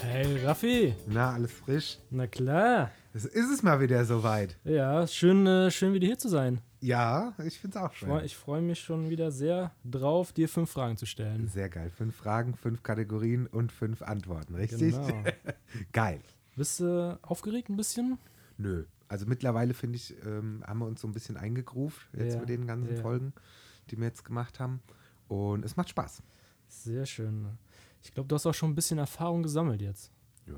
Hey Raffi, Na, alles frisch? na klar. Es ist es mal wieder soweit. Ja, schön, äh, schön wieder hier zu sein. Ja, ich find's auch schön. Freu- Ich freue mich schon wieder sehr drauf, dir fünf Fragen zu stellen. Sehr geil. Fünf Fragen, fünf Kategorien und fünf Antworten, richtig? Genau. geil. Bist du aufgeregt ein bisschen? Nö. Also mittlerweile, finde ich, ähm, haben wir uns so ein bisschen eingegruft, jetzt Ja, mit den ganzen ja. Folgen, die wir jetzt gemacht haben. Und es macht Spaß. Sehr schön. Ich glaube, du hast auch schon ein bisschen Erfahrung gesammelt jetzt. Ja.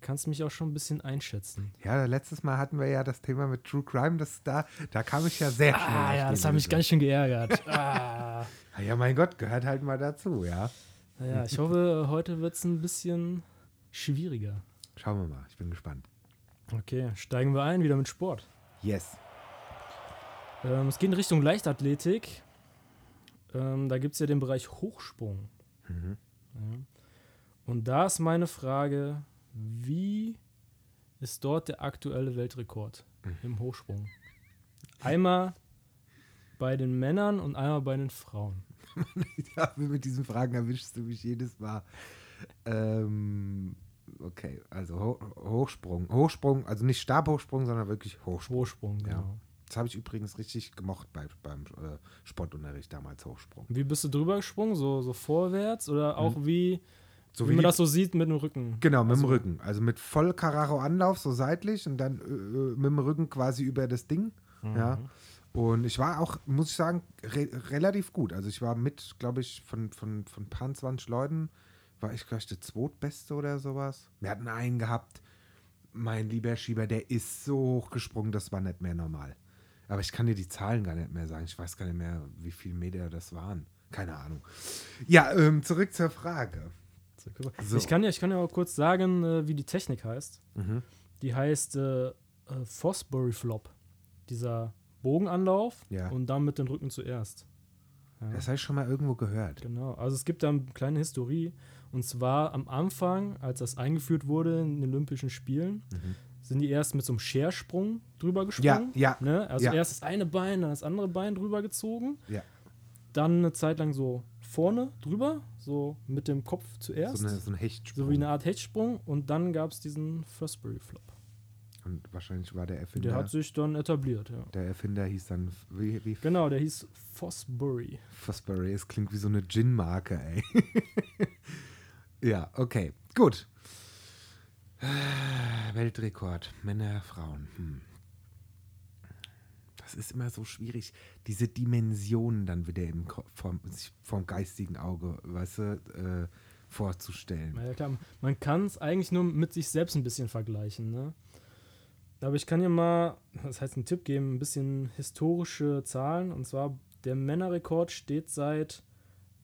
Kannst mich auch schon ein bisschen einschätzen. Ja, letztes Mal hatten wir ja das Thema mit True Crime, das da, da kam ich ja sehr schnell. Ah auf ja, die das hat mich Lösung. ganz schön geärgert. Ah. Ah, Ja, mein Gott, gehört halt mal dazu, ja. Ja, ich hoffe, heute wird es ein bisschen schwieriger. Schauen wir mal, ich bin gespannt. Okay, steigen wir ein, wieder mit Sport. Yes. Ähm, es geht in Richtung Leichtathletik. Ähm, da gibt es ja den Bereich Hochsprung. Mhm. Ja. Und da ist meine Frage, wie ist dort der aktuelle Weltrekord Mhm. im Hochsprung? Einmal bei den Männern und einmal bei den Frauen. Ja, mit diesen Fragen erwischst du mich jedes Mal. Ähm, okay, also Ho Hochsprung. Hochsprung, also nicht Stabhochsprung, sondern wirklich Hochsprung. Hochsprung, Ja. genau. Das habe ich übrigens richtig gemocht bei, beim äh, Sportunterricht damals, Hochsprung. Wie bist du drüber gesprungen? So, so vorwärts oder auch wie, Mhm. So wie, wie man die- das so sieht mit dem Rücken? Genau, mit Also- dem Rücken. Also mit voll Karacho-Anlauf, so seitlich und dann äh, äh, mit dem Rücken quasi über das Ding. Ja. Und ich war auch, muss ich sagen, re relativ gut. Also ich war mit, glaube ich, von, von, von paar 20 Leuten, war ich, glaube ich, der Zweitbeste oder sowas. Wir hatten einen gehabt, mein lieber Schieber, der ist so hochgesprungen, das war nicht mehr normal. Aber ich kann dir die Zahlen gar nicht mehr sagen. Ich weiß gar nicht mehr, wie viele Meter das waren. Keine Ahnung. Ja, ähm, zurück zur Frage. So. Ich, kann ja, ich kann ja auch kurz sagen, äh, wie die Technik heißt. Mhm. Die heißt äh, äh, Fosbury Flop. Dieser Bogenanlauf Ja. und dann mit dem Rücken zuerst. Das habe ich schon mal irgendwo gehört. Genau. Also es gibt da eine kleine Historie. Und zwar am Anfang, als das eingeführt wurde in den Olympischen Spielen, sind die erst mit so einem Schersprung drüber gesprungen. Mhm. ja, Ne? Also ja. erst das eine Bein, dann das andere Bein drüber gezogen. Ja. Dann eine Zeit lang so vorne drüber, so mit dem Kopf zuerst. So, eine, so ein Hechtsprung. So wie eine Art Hechtsprung und dann gab es diesen Fosbury Flop. Und wahrscheinlich war der Der Erfinder. hat sich dann etabliert, ja. Der Erfinder hieß dann. F- Wie, wie Genau, der hieß Fosbury. Fosbury. Es klingt wie so eine Gin-Marke, ey. ja, okay. Gut. Äh, Weltrekord. Männer, Frauen. Hm. Das ist immer so schwierig, diese Dimensionen dann wieder im, Ko- vom, sich vom geistigen Auge, weißt du, äh, vorzustellen. Na Ja, klar, man kann es eigentlich nur mit sich selbst ein bisschen vergleichen, ne? Aber ich kann dir mal, das heißt, einen Tipp geben, ein bisschen historische Zahlen. Und zwar, der Männerrekord steht seit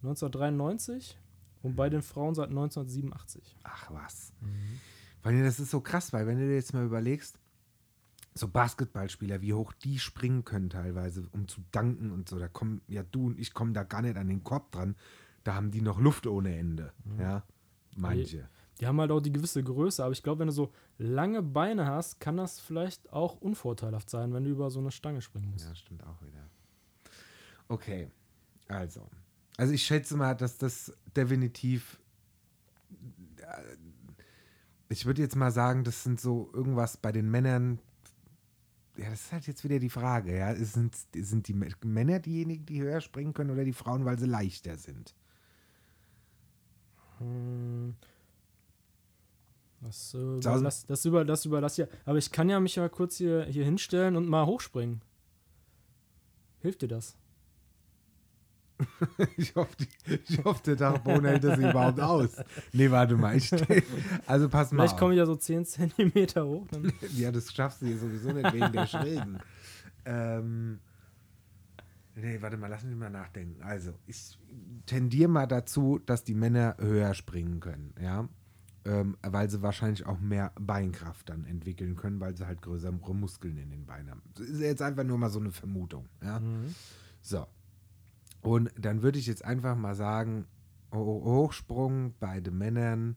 1993 und bei den Frauen seit 1987. Ach was. Weil ja, das ist so krass, weil wenn du dir jetzt mal überlegst, so Basketballspieler, wie hoch die springen können teilweise, um zu danken und so, da kommen ja du und ich kommen da gar nicht an den Korb dran. Da haben die noch Luft ohne Ende. Ja, manche. Die haben halt auch die gewisse Größe, aber ich glaube, wenn du so lange Beine hast, kann das vielleicht auch unvorteilhaft sein, wenn du über so eine Stange springen musst. Ja, stimmt auch wieder. Okay, also. Also ich schätze mal, dass das definitiv. äh, Ich würde jetzt mal sagen, das sind so irgendwas bei den Männern. Ja, das ist halt jetzt wieder die Frage, ja. Es Sind, sind die Mä- Männer diejenigen, die höher springen können oder die Frauen, weil sie leichter sind? Hm. Das, äh, Da- überlass, das, über, das überlass ja. Aber ich kann ja mich ja kurz hier, hier hinstellen und mal hochspringen. Hilft dir das? Ich hoffe, die- ich hoffe der Dachbohne hält das überhaupt aus. Nee, warte mal. Ich steh, also pass mal. Vielleicht auf. komme ich ja so 10 Zentimeter hoch. Dann, Ja, das schaffst du hier sowieso nicht wegen der Schrägen. Ähm, nee, warte mal, lass mich mal nachdenken. Also, ich tendiere mal dazu, dass die Männer höher springen können, ja. ähm, weil sie wahrscheinlich auch mehr Beinkraft dann entwickeln können, weil sie halt größere Muskeln in den Beinen haben. Das ist jetzt einfach nur mal so eine Vermutung. Ja? Mhm. So. Und dann würde ich jetzt einfach mal sagen, Ho- Ho- Hochsprung, beide Männern,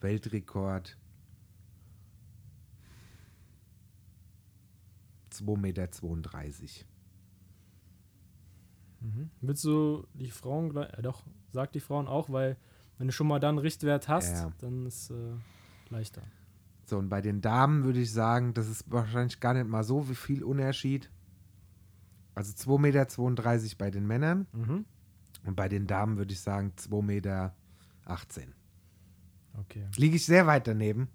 Weltrekord 2,32 Meter. Willst du die Frauen gleich, äh, doch, sag die Frauen auch, weil wenn du schon mal dann einen Richtwert hast, Ja. dann ist äh, leichter. So, und bei den Damen würde ich sagen, das ist wahrscheinlich gar nicht mal so wie viel Unterschied. Also 2,32 Meter bei den Männern Mhm. und bei den Damen würde ich sagen 2,18 Meter. Okay. Liege ich sehr weit daneben.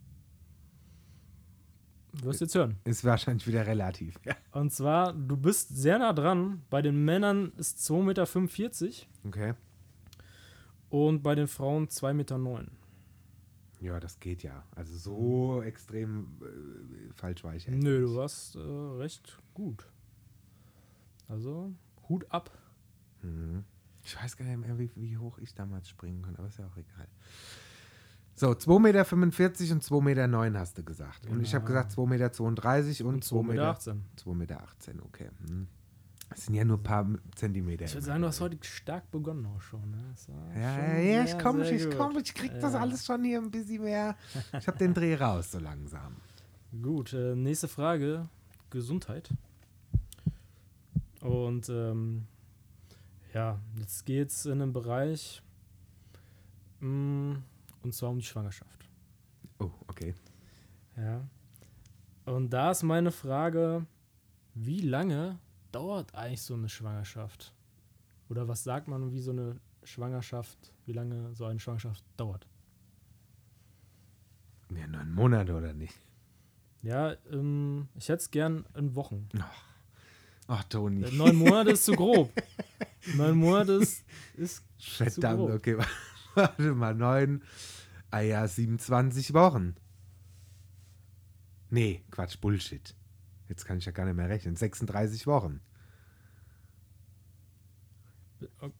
Du wirst jetzt hören. Ist wahrscheinlich wieder relativ. Ja. Und zwar, du bist sehr nah dran. Bei den Männern ist 2,45 Meter Okay. und bei den Frauen 2,9 Meter. Ja, das geht ja. Also so extrem äh, falsch war ich ja. jetzt Nö, du nicht. warst äh, recht gut. Also, Hut ab. Mhm. Ich weiß gar nicht mehr, wie, wie hoch ich damals springen konnte, aber ist ja auch egal. So, 2,45 Meter und 2,9 Meter hast du gesagt. Und ich habe Genau. gesagt 2,32 Meter und 2,18 Meter. 2,18 Meter. 2,18 Meter, okay. Hm. Das sind ja nur ein paar Zentimeter. Ich würde immer. sagen, du hast heute stark begonnen auch schon. Ne? Das war Ja, schon ja, ja, ich sehr, komme, sehr ich gut. komme, ich krieg das Ja. alles schon hier ein bisschen mehr. Ich habe den Dreh raus, so langsam. Gut, äh, nächste Frage: Gesundheit. Und ähm, ja, jetzt geht's in den Bereich mm, und zwar um die Schwangerschaft. Oh, okay. Ja. Und da ist meine Frage: Wie lange dauert eigentlich so eine Schwangerschaft? Oder was sagt man, wie so eine Schwangerschaft, wie lange so eine Schwangerschaft dauert? Ja, neun Monate oder nicht? Ja, ähm, ich hätte es gern in Wochen. Ach, Oh, Toni. Äh, Neun Monate ist zu grob. Neun Monate ist, ist zu Verdammt, grob. okay. Warte mal, neun. Ah ja, 27 Wochen. Nee, Quatsch, Bullshit. Jetzt kann ich ja gar nicht mehr rechnen. 36 Wochen.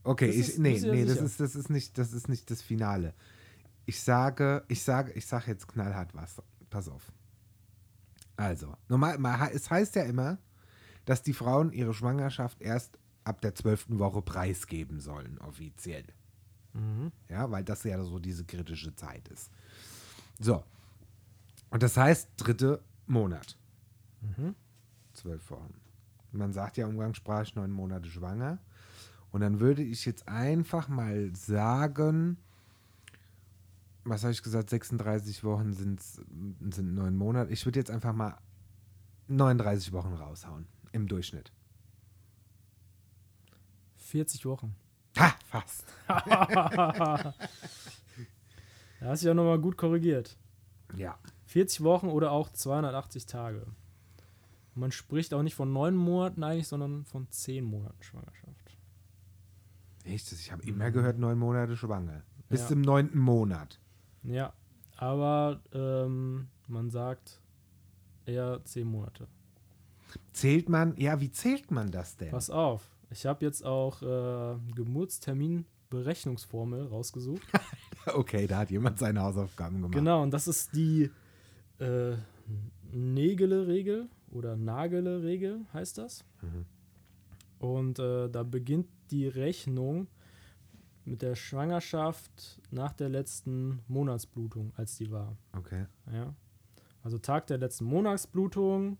Okay, Das ich, ist- nee, bist du dir nee, das sicher? ist, das ist nicht, das ist nicht das Finale. Ich sage, ich sage, ich sage jetzt knallhart was. Pass auf. Also, normal, ma- es heißt ja immer, dass die Frauen ihre Schwangerschaft erst ab der zwölften Woche preisgeben sollen, offiziell. Mhm. Ja, weil das ja so diese kritische Zeit ist. So. Und das heißt, dritte Monat. Mhm. Zwölf Wochen. Man sagt ja umgangssprachlich neun Monate schwanger. Und dann würde ich jetzt einfach mal sagen, was habe ich gesagt, 36 Wochen sind's, sind neun Monate. Ich würde jetzt einfach mal 39 Wochen raushauen im Durchschnitt. 40 Wochen. Ha, fast. da hast du ja nochmal gut korrigiert. Ja. 40 Wochen oder auch 280 Tage. Und man spricht auch nicht von neun Monaten eigentlich, sondern von zehn Monaten Schwangerschaft. Echt? Ich habe immer gehört, neun Monate schwanger. Bis Ja. zum neunten Monat. Ja, aber ähm, man sagt eher zehn Monate. Zählt man, ja, wie zählt man das denn? Pass auf, ich habe jetzt auch äh, Geburtstermin-Berechnungsformel rausgesucht. Okay, da hat jemand seine Hausaufgaben gemacht. Genau, und das ist die äh, Nägele-Regel oder Nagele-Regel heißt das. Mhm. Und äh, da beginnt die Rechnung mit der Schwangerschaft nach der letzten Monatsblutung, als die war. Okay. Ja. Also Tag der letzten Monatsblutung.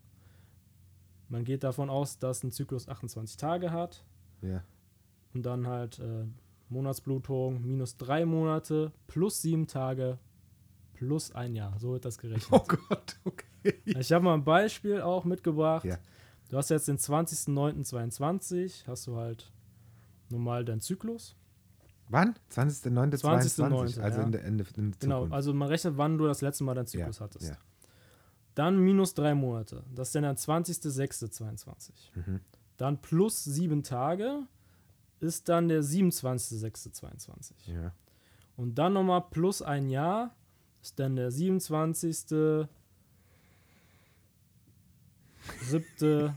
Man geht davon aus, dass ein Zyklus 28 Tage hat. Ja. Und dann halt äh, Monatsblutung minus drei Monate plus sieben Tage plus ein Jahr. So wird das gerechnet. Oh Gott, okay. Ich habe mal ein Beispiel auch mitgebracht. Ja. Du hast jetzt den 20.09.22, hast du halt normal deinen Zyklus. Wann? 20.09.22. 20.09., also ja. in der Ende. In der Genau, Zukunft. also man rechnet, wann du das letzte Mal deinen ja. Zyklus hattest. Ja. Dann minus drei Monate. Das ist dann der 20.06.22. Mhm. Dann plus sieben Tage ist dann der 27.06.22. Ja. Und dann nochmal plus ein Jahr ist dann der 27. siebte.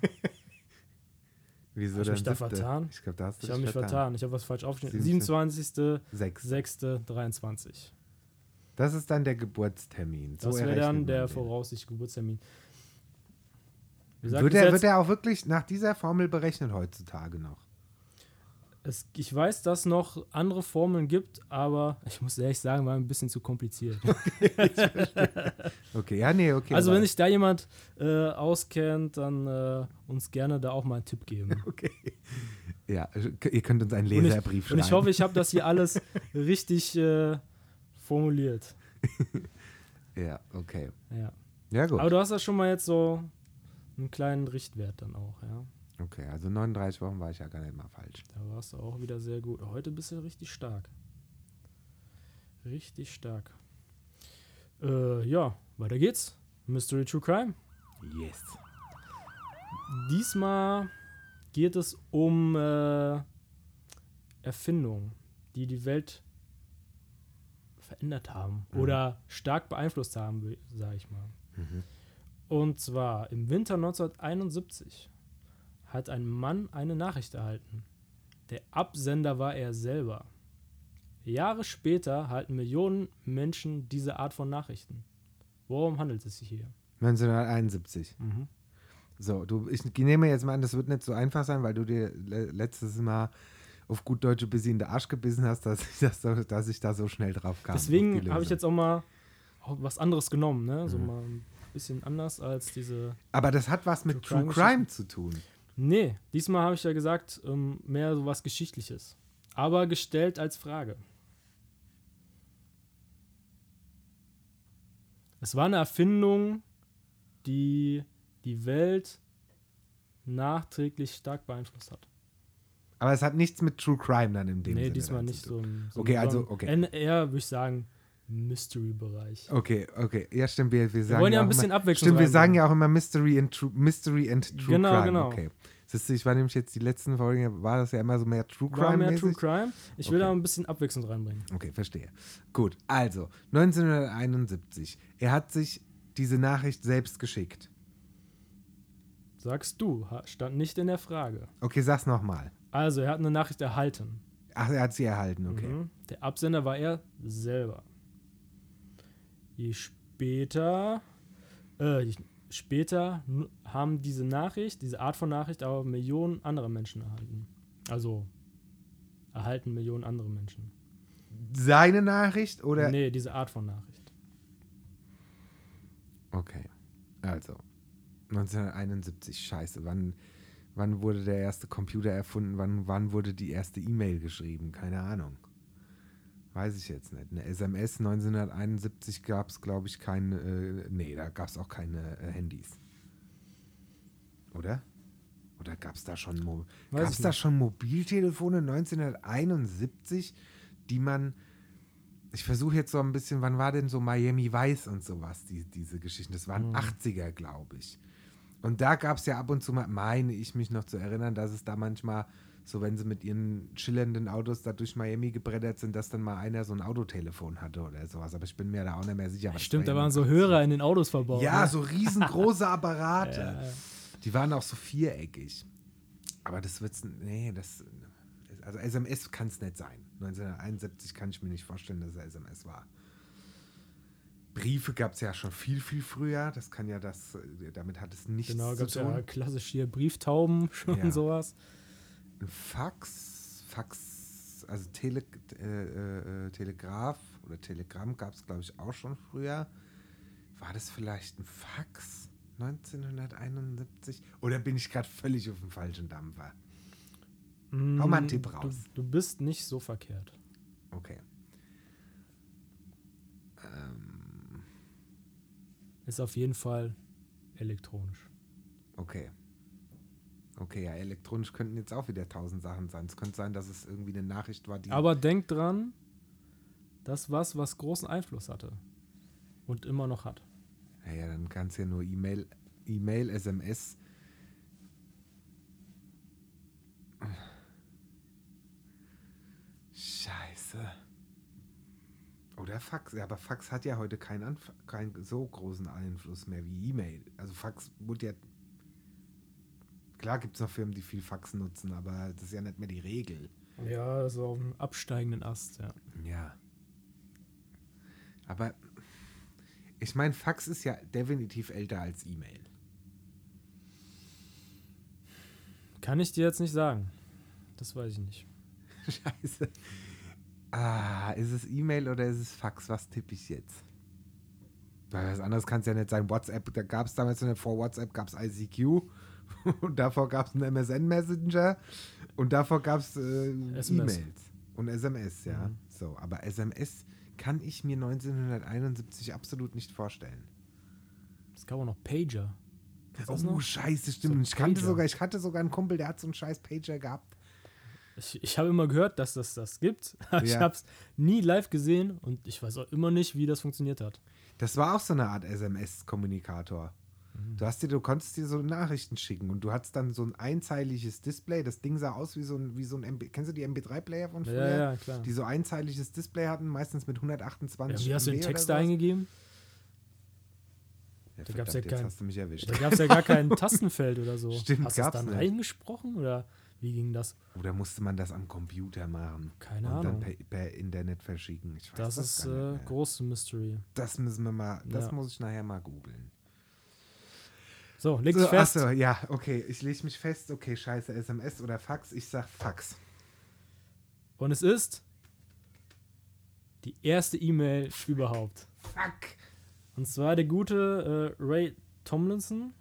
Wieso Hab ich denn mich da siebte? vertan? Ich glaube, da hast du Ich habe mich vertan. Ich habe was falsch aufgeschrieben. 27. 27. Sechs. 6. 23. Das ist dann der Geburtstermin. Das wäre errechnet dann man der den. voraussichtliche Geburtstermin. Wir sagen Wird es er, jetzt- wird er auch wirklich nach dieser Formel berechnet heutzutage noch? Es, ich weiß, dass noch andere Formeln gibt, aber ich muss ehrlich sagen, war ein bisschen zu kompliziert. Okay, ja, nee, okay. also wenn aber- sich da jemand äh, auskennt, dann äh, uns gerne da auch mal einen Tipp geben. Okay. Ja, ihr könnt uns einen Und ich- Leserbrief Und schreiben. ich hoffe, ich habe das hier alles richtig äh, formuliert. Ja, okay. Ja. Ja, gut. Aber du hast ja schon mal jetzt so einen kleinen Richtwert dann auch, ja. Okay, also 39 Wochen war ich ja gar nicht mal falsch. Da warst du auch wieder sehr gut. Heute bist du richtig stark. Richtig stark. Äh, ja, weiter geht's. Mystery True Crime. Yes. Diesmal geht es um äh, Erfindungen, die die Welt verändert haben Mhm. oder stark beeinflusst haben, sage ich mal. Und zwar im Winter 1971 hat ein Mann eine Nachricht erhalten. Der Absender war er selber. Jahre später halten Millionen Menschen diese Art von Nachrichten. Worum handelt es sich hier? 1971. Mhm. So, du, ich nehme jetzt mal an, das wird nicht so einfach sein, weil du dir le letztes Mal auf gut Deutsch ein bisschen in den Arsch gebissen hast, dass ich, das so, dass ich da so schnell drauf kam. auf die Deswegen Lösung. habe ich jetzt auch mal auch was anderes genommen, ne? So Mhm. mal ein bisschen anders als diese. Aber das hat was mit True True, Crime Crime zu tun. Nee, diesmal habe ich ja gesagt, ähm, mehr so was Geschichtliches. Aber gestellt als Frage. Es war eine Erfindung, die die Welt nachträglich stark beeinflusst hat. Aber es hat nichts mit True Crime dann in dem nee, Sinne. diesmal dann zu nicht tun. so. im- so Okay, im- also, okay. N- Eher, würde ich sagen, Mystery-Bereich. Okay, okay. Ja, stimmt. Wir, wir, sagen wollen ja auch ein bisschen immer, Abwechslung Stimmt, wir reinbringen. sagen ja auch immer Mystery and True, Mystery and True Genau, Crime. genau. Okay. Siehst du, ich war nämlich jetzt die letzten Folgen, war das ja immer so mehr True War Crime. mehr True Crime. Ich will Okay. da ein bisschen Abwechslung reinbringen. Okay, verstehe. Gut, also 1971. Er hat sich diese Nachricht selbst geschickt. Sagst du, ha- stand nicht in der Frage. Okay, sag's nochmal. Also, er hat eine Nachricht erhalten. Ach, er hat sie erhalten, okay. Mhm. Der Absender war er selber. Je später, äh, je später nu- haben diese Nachricht, diese Art von Nachricht, aber Millionen andere Menschen erhalten. Also, erhalten Millionen andere Menschen. Seine Nachricht oder? nee, diese Art von Nachricht. Okay. Also 1971. Scheiße, wann wann wurde der erste Computer erfunden? Wann wann wurde die erste E-Mail geschrieben? Keine Ahnung. Weiß ich jetzt nicht. Eine SMS 1971 gab es, glaube ich, keine. Äh, nee, da gab es auch keine äh, Handys. Oder? Oder gab es da schon, Mo Weiß gab's ich da nicht. schon Mobiltelefone 1971, die man. Ich versuche jetzt so ein bisschen, wann war denn so Miami Vice und sowas, die, diese Geschichten? Das waren Mhm. 80er, glaube ich. Und da gab es ja ab und zu mal, meine ich mich noch zu erinnern, dass es da manchmal, so wenn sie mit ihren schillernden Autos da durch Miami gebreddert sind, dass dann mal einer so ein Autotelefon hatte oder sowas. Aber ich bin mir da auch nicht mehr sicher. was Stimmt, da war waren so 81. Hörer in den Autos verbaut. Ja, ne? so riesengroße Apparate. Ja, ja. Die waren auch so viereckig. Aber das wird's. Nee, das. Also SMS kann es nicht sein. 1971 kann ich mir nicht vorstellen, dass es SMS war. Briefe gab es ja schon viel, viel früher. Das kann ja das. äh, Damit hat es nichts Genau, zu gab es tun. ja klassisch hier Brieftauben schon Ja. sowas. Ein Fax, Fax, also Tele, äh, äh, Telegraph oder Telegramm gab es, glaube ich, auch schon früher. War das vielleicht ein Fax 1971? Oder bin ich gerade völlig auf dem falschen Dampfer? Hau mal einen Tipp raus. Mm, Du, du bist nicht so verkehrt. Okay. Ähm, Ist auf jeden Fall elektronisch. okay. Okay, ja, elektronisch könnten jetzt auch wieder tausend Sachen sein. Es könnte sein, dass es irgendwie eine Nachricht war, die. Aber denk dran, das was, was großen Einfluss hatte. Und immer noch hat. Naja, dann kann es ja nur E-Mail, E-Mail, SMS. Scheiße. Oder Fax. Ja, aber Fax hat ja heute keinen, Anf keinen so großen Einfluss mehr wie E-Mail. Also Fax wurde ja. Klar gibt es noch Firmen, die viel Fax nutzen, aber das ist ja nicht mehr die Regel. Ja, das war auf einem absteigenden Ast, ja. Ja. Aber ich meine, Fax ist ja definitiv älter als E-Mail. Kann ich dir jetzt nicht sagen. Das weiß ich nicht. Scheiße. Ah, ist es E-Mail oder ist es Fax? Was tippe ich jetzt? Weil was anderes kann es ja nicht sein. WhatsApp, da gab es damals, vor WhatsApp gab es ICQ und davor gab es einen MSN-Messenger und davor gab es äh, SMS. E-Mails und SMS, ja. Mhm. So, aber SMS kann ich mir 1971 absolut nicht vorstellen. Es gab auch noch Pager. Kennst du Oh, das noch? scheiße, stimmt. So ein ich, kannte Pager. sogar, ich hatte sogar einen Kumpel, der hat so einen scheiß Pager gehabt. Ich, ich habe immer gehört, dass das das gibt. aber Ich Oh. Ja. habe es nie live gesehen und ich weiß auch immer nicht, wie das funktioniert hat. Das war auch so eine Art SMS-Kommunikator. Mhm. Du, hast dir, du konntest dir so Nachrichten schicken und du hattest dann so ein einzeiliges Display. Das Ding sah aus wie so ein, wie so ein MB, kennst du die MB3-Player von Ja, früher? ja, klar. Die so einzeiliges Display hatten, meistens mit Ja, 128 wie hast du den MB oder Text sowas. da eingegeben? Ja, Da verdammt, gab's ja jetzt kein- hast du mich erwischt. Da gab es ja gar kein Tastenfeld oder so. Stimmt, Hast du es gab's dann nicht. eingesprochen oder wie ging das? Oder musste man das am Computer machen? Keine und dann Ahnung. per, per Internet verschicken. Ich weiß Das, ist gar nicht äh, mehr. große Mystery. Das müssen wir mal, das Ja. muss ich nachher mal googeln. So, leg's So, fest. Achso, ja, okay. Ich lege mich fest, okay, scheiße, SMS oder Fax. Ich sag Fax. Und es ist die erste E-Mail überhaupt. Fuck! Und zwar der gute äh, Ray Tomlinson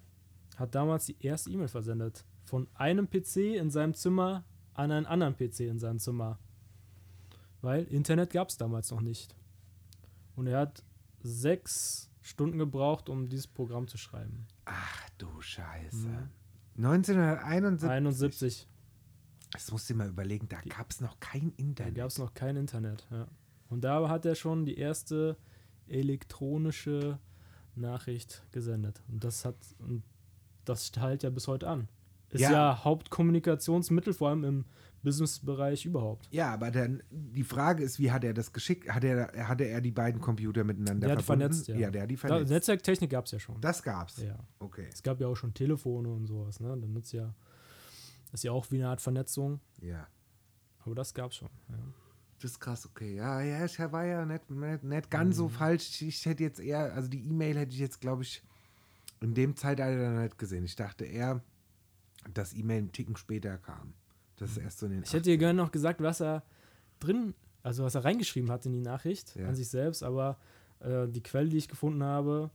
hat damals die erste E-Mail versendet. Von einem PC in seinem Zimmer an einen anderen PC in seinem Zimmer. Weil Internet gab es damals noch nicht. Und er hat sechs Stunden gebraucht, um dieses Programm zu schreiben. Ach du Scheiße. Mhm. 1971. 71, Das musst du dir mal überlegen, da gab es noch kein da Internet. gab es noch kein Internet. Ja. Und da hat er schon die erste elektronische Nachricht gesendet. Und das hat, und das hält ja bis heute an. Ist Ja. ja, Hauptkommunikationsmittel, vor allem im Businessbereich überhaupt. Ja, aber dann die Frage ist, wie hat er das geschickt? Hat er, hatte er die beiden Computer miteinander Der hat verbunden? vernetzt, ja. ja, der hat die Da, vernetzt. Netzwerktechnik gab es ja schon. das gab's. ja. Okay. Es gab ja auch schon Telefone und sowas, ne? Dann nutzt ja, das ist ja auch wie eine Art Vernetzung, Ja. aber das gab es schon. Ja. Das ist krass, okay. Ja, ja, ich war ja nicht, nicht, nicht ganz Mhm. so falsch. Ich, ich hätte jetzt eher, also die E-Mail hätte ich jetzt, glaube ich, in dem Zeitalter noch nicht gesehen. Ich dachte eher, dass E-Mail einen Ticken später kam. Das ist erst so in den. Mhm. Ich hätte dir gerne noch gesagt, was er drin, also was er reingeschrieben hat in die Nachricht Ja. an sich selbst, aber äh, die Quelle, die ich gefunden habe,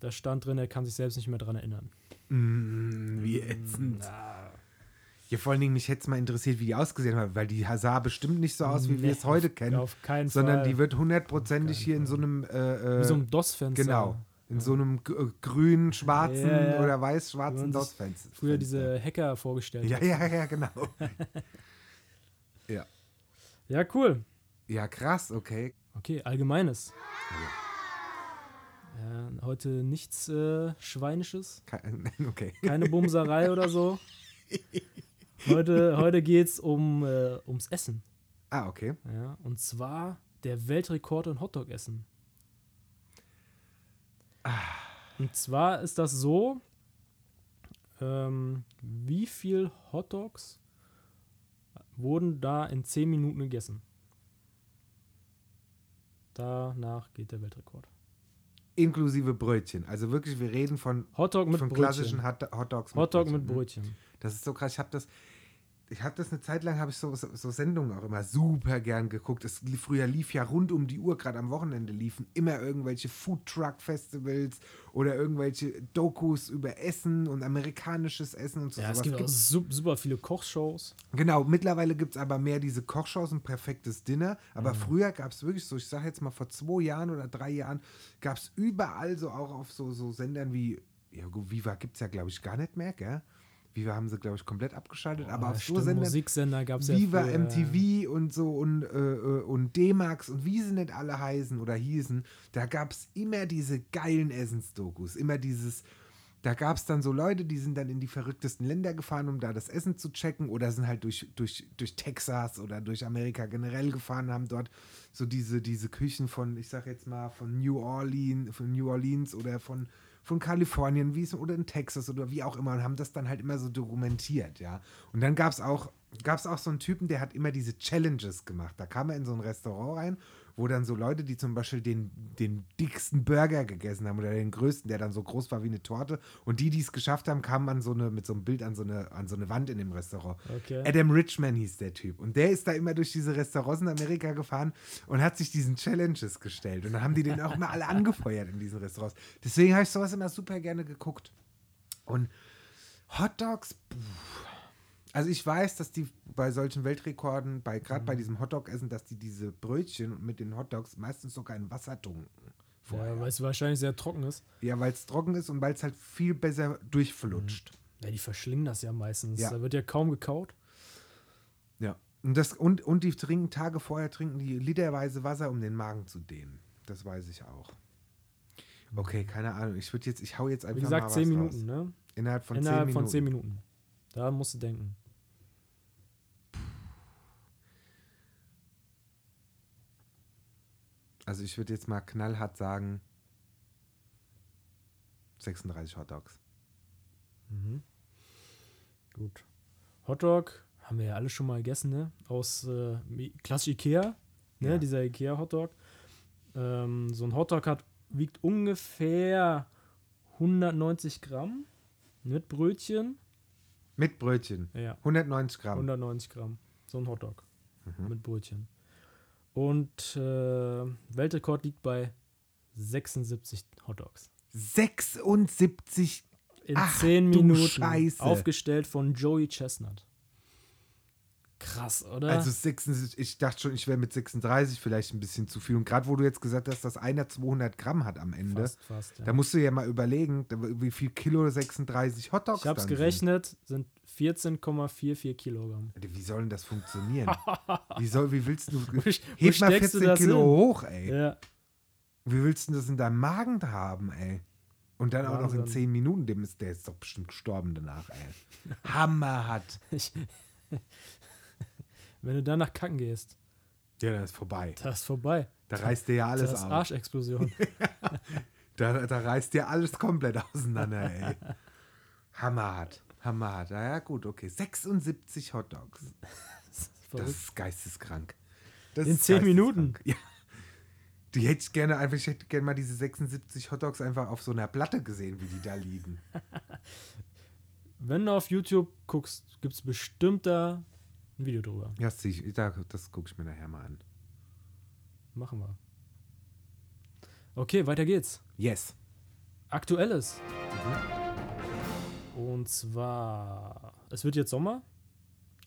da stand drin, er kann sich selbst nicht mehr dran erinnern. Mm, wie ätzend. Ja, vor allen Dingen, mich hätte es mal interessiert, wie die ausgesehen hat, weil die sah bestimmt nicht so aus, wie wir Nee, es heute kennen, Auf keinen sondern Fall. die wird hundertprozentig Auf hier in keinen so einem. Äh, Wie äh, so ein DOS-Fenster. genau. In so einem g- äh, grünen, schwarzen Ja, ja. oder weiß-schwarzen Wenn man sich DOS-Fenster. Früher diese Hacker vorgestellt. Ja, hat. ja, ja, genau. ja, cool. Ja, krass, okay. Okay, allgemeines. Äh, heute nichts äh, Schweinisches. Kein- Okay. keine Bumserei oder so. Heute, heute geht es um, äh, ums Essen. Ah, okay. Ja? Und zwar der Weltrekord in Hotdog-Essen. Ah. Und zwar ist das so, ähm, wie viel Hotdogs wurden da in 10 Minuten gegessen? Danach geht der Weltrekord. Inklusive Brötchen. Also wirklich, wir reden von, Hotdog mit von Brötchen. klassischen Hot Hotdogs. Hotdog mit ne? Brötchen. Das ist so krass. Ich habe das, ich habe das eine Zeit lang, habe ich so, so, so Sendungen auch immer super gern geguckt. Es, lief- früher lief ja rund um die Uhr, gerade am Wochenende liefen immer irgendwelche Foodtruck-Festivals oder irgendwelche Dokus über Essen und amerikanisches Essen und so. Ja, es sowas. gibt auch Gibt's- su- super viele Kochshows. Genau, mittlerweile gibt es aber mehr diese Kochshows und perfektes Dinner. Aber früher gab es wirklich so, ich sage jetzt mal vor zwei Jahren oder drei Jahren, gab es überall so auch auf so, so Sendern wie, ja, gut, Viva gibt es ja, glaube ich, gar nicht mehr, gell? Viva haben sie, glaube ich, komplett abgeschaltet. aber auf so Ah, stimmt, Sendern, Musiksender gab es ja Viva früher. MTV und so und, äh, äh, und D-Max und wie sie nicht alle heißen oder hießen, da gab es immer diese geilen Essensdokus, immer dieses, da gab es dann so Leute, die sind dann in die verrücktesten Länder gefahren, um da das Essen zu checken oder sind halt durch, durch, durch Texas oder durch Amerika generell gefahren, haben dort so diese, diese Küchen von, ich sag jetzt mal, von New Orleans, von New Orleans oder von von Kalifornien, wie es oder in Texas oder wie auch immer und haben das dann halt immer so dokumentiert, ja. Und dann gab es auch, gab's auch so einen Typen, der hat immer diese Challenges gemacht. Da kam er in so ein Restaurant rein, wo dann so Leute, die zum Beispiel den, den dicksten Burger gegessen haben oder den größten, der dann so groß war wie eine Torte, und die, die es geschafft haben, kamen an so eine, mit so einem Bild an so eine, an so eine Wand in dem Restaurant. Äh, Okay. Adam Richman hieß der Typ. Und der ist da immer durch diese Restaurants in Amerika gefahren und hat sich diesen Challenges gestellt. Und dann haben die den auch immer alle angefeuert in diesen Restaurants. Deswegen habe ich sowas immer super gerne geguckt. Und Hot Dogs, pff. also ich weiß, dass die bei solchen Weltrekorden, bei gerade bei diesem Hotdog-Essen, dass die diese Brötchen mit den Hotdogs meistens sogar in Wasser tunken. Vorher. Ja, weil es wahrscheinlich sehr trocken ist. Ja, weil es trocken ist und weil es halt viel besser durchflutscht. Ja, die verschlingen das ja meistens. Ja. Da wird ja kaum gekaut. Ja. Und, das, und, und die trinken Tage vorher trinken die literweise Wasser, um den Magen zu dehnen. Das weiß ich auch. Okay, keine Ahnung. Ich würde jetzt, ich hau jetzt einfach Wie mal gesagt, was 10 raus. Minuten, ne? Innerhalb von Innerhalb 10 von Minuten. 10 Minuten. Da musst du denken. Also ich würde jetzt mal knallhart sagen 36 Hot Dogs. Gut. Hotdog haben wir ja alle schon mal gegessen, ne? Aus äh, Mi- klassisch Ikea, ne? Ja. Dieser Ikea Hotdog. Ähm, so ein Hotdog hat, wiegt ungefähr 190 Gramm mit Brötchen. Mit Brötchen. Ja, 190 Gramm. 190 Gramm. So ein Hotdog Mhm. mit Brötchen. Und äh, Weltrekord liegt bei 76 Hotdogs. 76. In Ach, 10 du Minuten. Scheiße. Aufgestellt von Joey Chestnut. Krass, oder? Also 76, ich dachte schon, ich wäre mit 36 vielleicht ein bisschen zu viel. Und gerade wo du jetzt gesagt hast, dass einer 200 Gramm hat am Ende, fast, fast. Ja. ne? da musst du ja mal überlegen, da- wie viel Kilo 36 Hot Dogs Ich hab's dann gerechnet, sind 14,44 Kilogramm. Sind. Wie soll denn das funktionieren? wie, soll, wie willst du... Wo sch- wo Heb mal steckst du 14 das Kilo hin? hoch, ey. Ja, Wie willst du das in deinem Magen da haben, ey? Und dann auch noch in Wahnsinn. 10 Minuten, dem ist der ist doch bestimmt gestorben danach, ey. Hammer hat. ich, wenn du danach kacken gehst, Ja, dann ist vorbei. da ist vorbei. Da reißt dir ja alles das ist ab. Arschexplosion. Da, da reißt dir alles komplett auseinander, ey. Hammer hat. Hammer hat. Na ja, gut, okay. 76 Hotdogs. Das Verrückt. ist geisteskrank. Das In ist 10 Minuten. geisteskrank. Ja. Die hätte ich gerne einfach, ich hätte gerne mal diese 76 Hotdogs einfach auf so einer Platte gesehen, wie die da liegen. Wenn du auf YouTube guckst, gibt's bestimmt da ein Video drüber. Ja, das, sehe ich- da- das gucke ich mir nachher mal an. Machen wir. Okay, weiter geht's. Yes. Aktuelles. Mhm. Und zwar, es wird jetzt Sommer.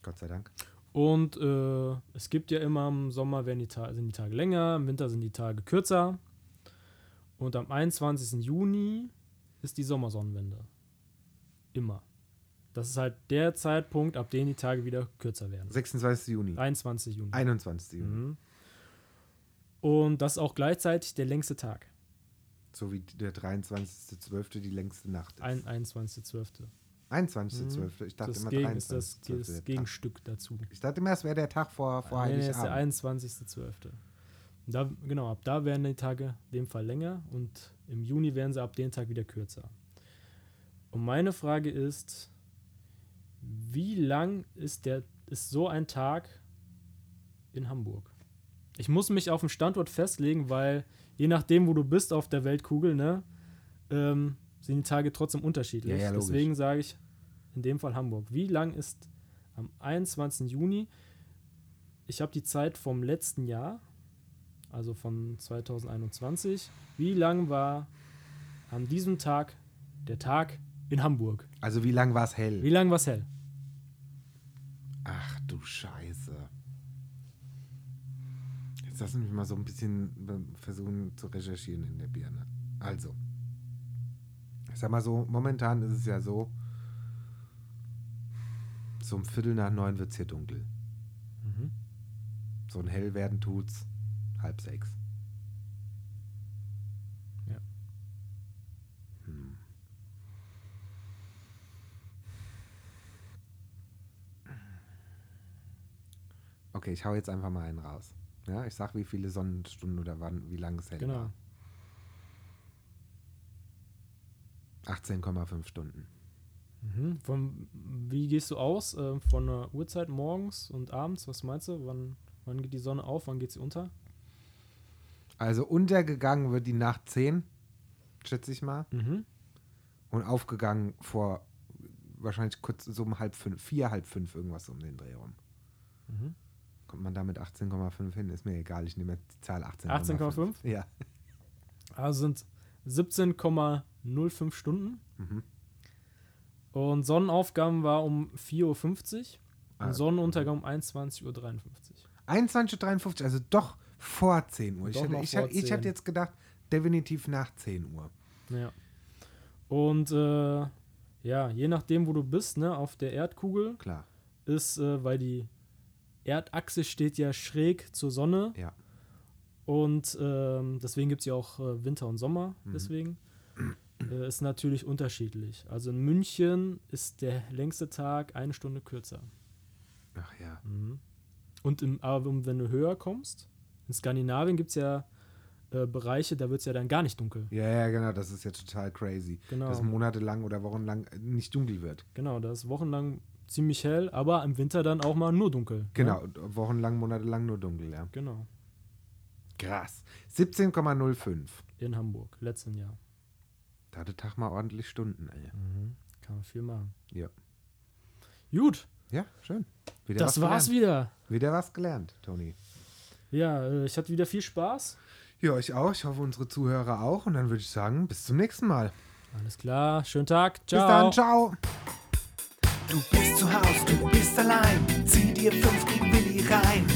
Gott sei Dank. Und äh, es gibt ja immer im Sommer werden die Ta sind die Tage länger, im Winter sind die Tage kürzer. Und am 21. Juni ist die Sommersonnenwende. Immer. Das ist halt der Zeitpunkt, ab dem die Tage wieder kürzer werden. 26. Juni. 21. Juni. 21. Juni. Mhm. Und das ist auch gleichzeitig der längste Tag. So wie der 23.12. die längste Nacht ist. Ein- 21.12. 21.12. Ich dachte Das, immer gegen, ist das, 23.12. der das Tag. Gegenstück dazu. Ich dachte immer, es wäre der Tag vor, vor Nee, nee, ist der Heiligabend. 21.12. Da, genau, ab da werden die Tage in dem Fall länger und im Juni werden sie ab dem Tag wieder kürzer. Und meine Frage ist, wie lang ist, der, ist so ein Tag in Hamburg? Ich muss mich auf den Standort festlegen, weil je nachdem, wo du bist auf der Weltkugel, ne, ähm, sind die Tage trotzdem unterschiedlich. Ja, ja, logisch. Deswegen sage ich in dem Fall Hamburg. Wie lang ist am 21. Juni ich habe die Zeit vom letzten Jahr, also von 2021. Wie lang war an diesem Tag der Tag in Hamburg? also wie lang war es hell? Wie lang war es hell? Ach du Scheiße. Jetzt lassen wir mal so ein bisschen äh, versuchen zu recherchieren in der Birne. Also, ich sag mal so, momentan ist es ja so, so um Viertel nach neun wird es hier dunkel. Mhm. So ein Hellwerden tut's halb sechs. Ja. Hm. Okay, ich hau jetzt einfach mal einen raus. Ja, ich sag, wie viele Sonnenstunden oder wann, wie lange es hell Genau. war. 18,5 Stunden. Mhm. Von, wie gehst du aus äh, von der Uhrzeit morgens und abends? Was meinst du? Wann, wann geht die Sonne auf? Wann geht sie unter? Also untergegangen wird die nach 10, schätze ich mal. Mhm. Und aufgegangen vor wahrscheinlich kurz so um halb fünf, vier, halb fünf, irgendwas um den Dreh rum. Mhm. Kommt man da mit 18,5 hin? Ist mir egal, ich nehme jetzt die Zahl 18,5. 18,5? Ja. Also sind 17,05 Stunden. Mhm. Und Sonnenaufgang war um 4.50 Uhr. Ah. Und Sonnenuntergang um 21.53 Uhr. 21.53 Uhr, also doch vor 10 Uhr. Doch ich hätte, noch ich, vor hätte, ich hätte 10. jetzt gedacht, definitiv nach 10 Uhr. Ja. Und äh, ja, je nachdem, wo du bist, ne, auf der Erdkugel Klar, ist, äh, weil die Erdachse steht ja schräg zur Sonne. ja. Und ähm, deswegen gibt es ja auch äh, Winter und Sommer, Mhm. deswegen. Äh, ist natürlich unterschiedlich. Also in München ist der längste Tag eine Stunde kürzer. Ach ja. Und im, aber um- wenn du höher kommst, in Skandinavien gibt es ja äh, Bereiche, da wird es ja dann gar nicht dunkel. Ja, ja, genau, das ist ja total crazy. Genau. Dass monatelang oder wochenlang äh, nicht dunkel wird. Genau, da ist wochenlang ziemlich hell, aber im Winter dann auch mal nur dunkel. Genau, Ne? und wochenlang, monatelang nur dunkel, ja. Genau, Krass. 17,05. in Hamburg, letzten Jahr. Da hatte Tag mal ordentlich Stunden, ey. Kann man viel machen. Ja. Gut, Ja, schön. Wieder das war's gelernt. wieder. Wieder was gelernt, Toni. Ja, äh, ich hatte wieder viel Spaß. Ja, ich auch. Ich hoffe, unsere Zuhörer auch. Und dann würde ich sagen, bis zum nächsten Mal. Alles klar, schönen Tag. Ciao. Bis dann, ciao. Du bist zu Haus, du bist allein. Zieh dir fünf gegen Willi rein.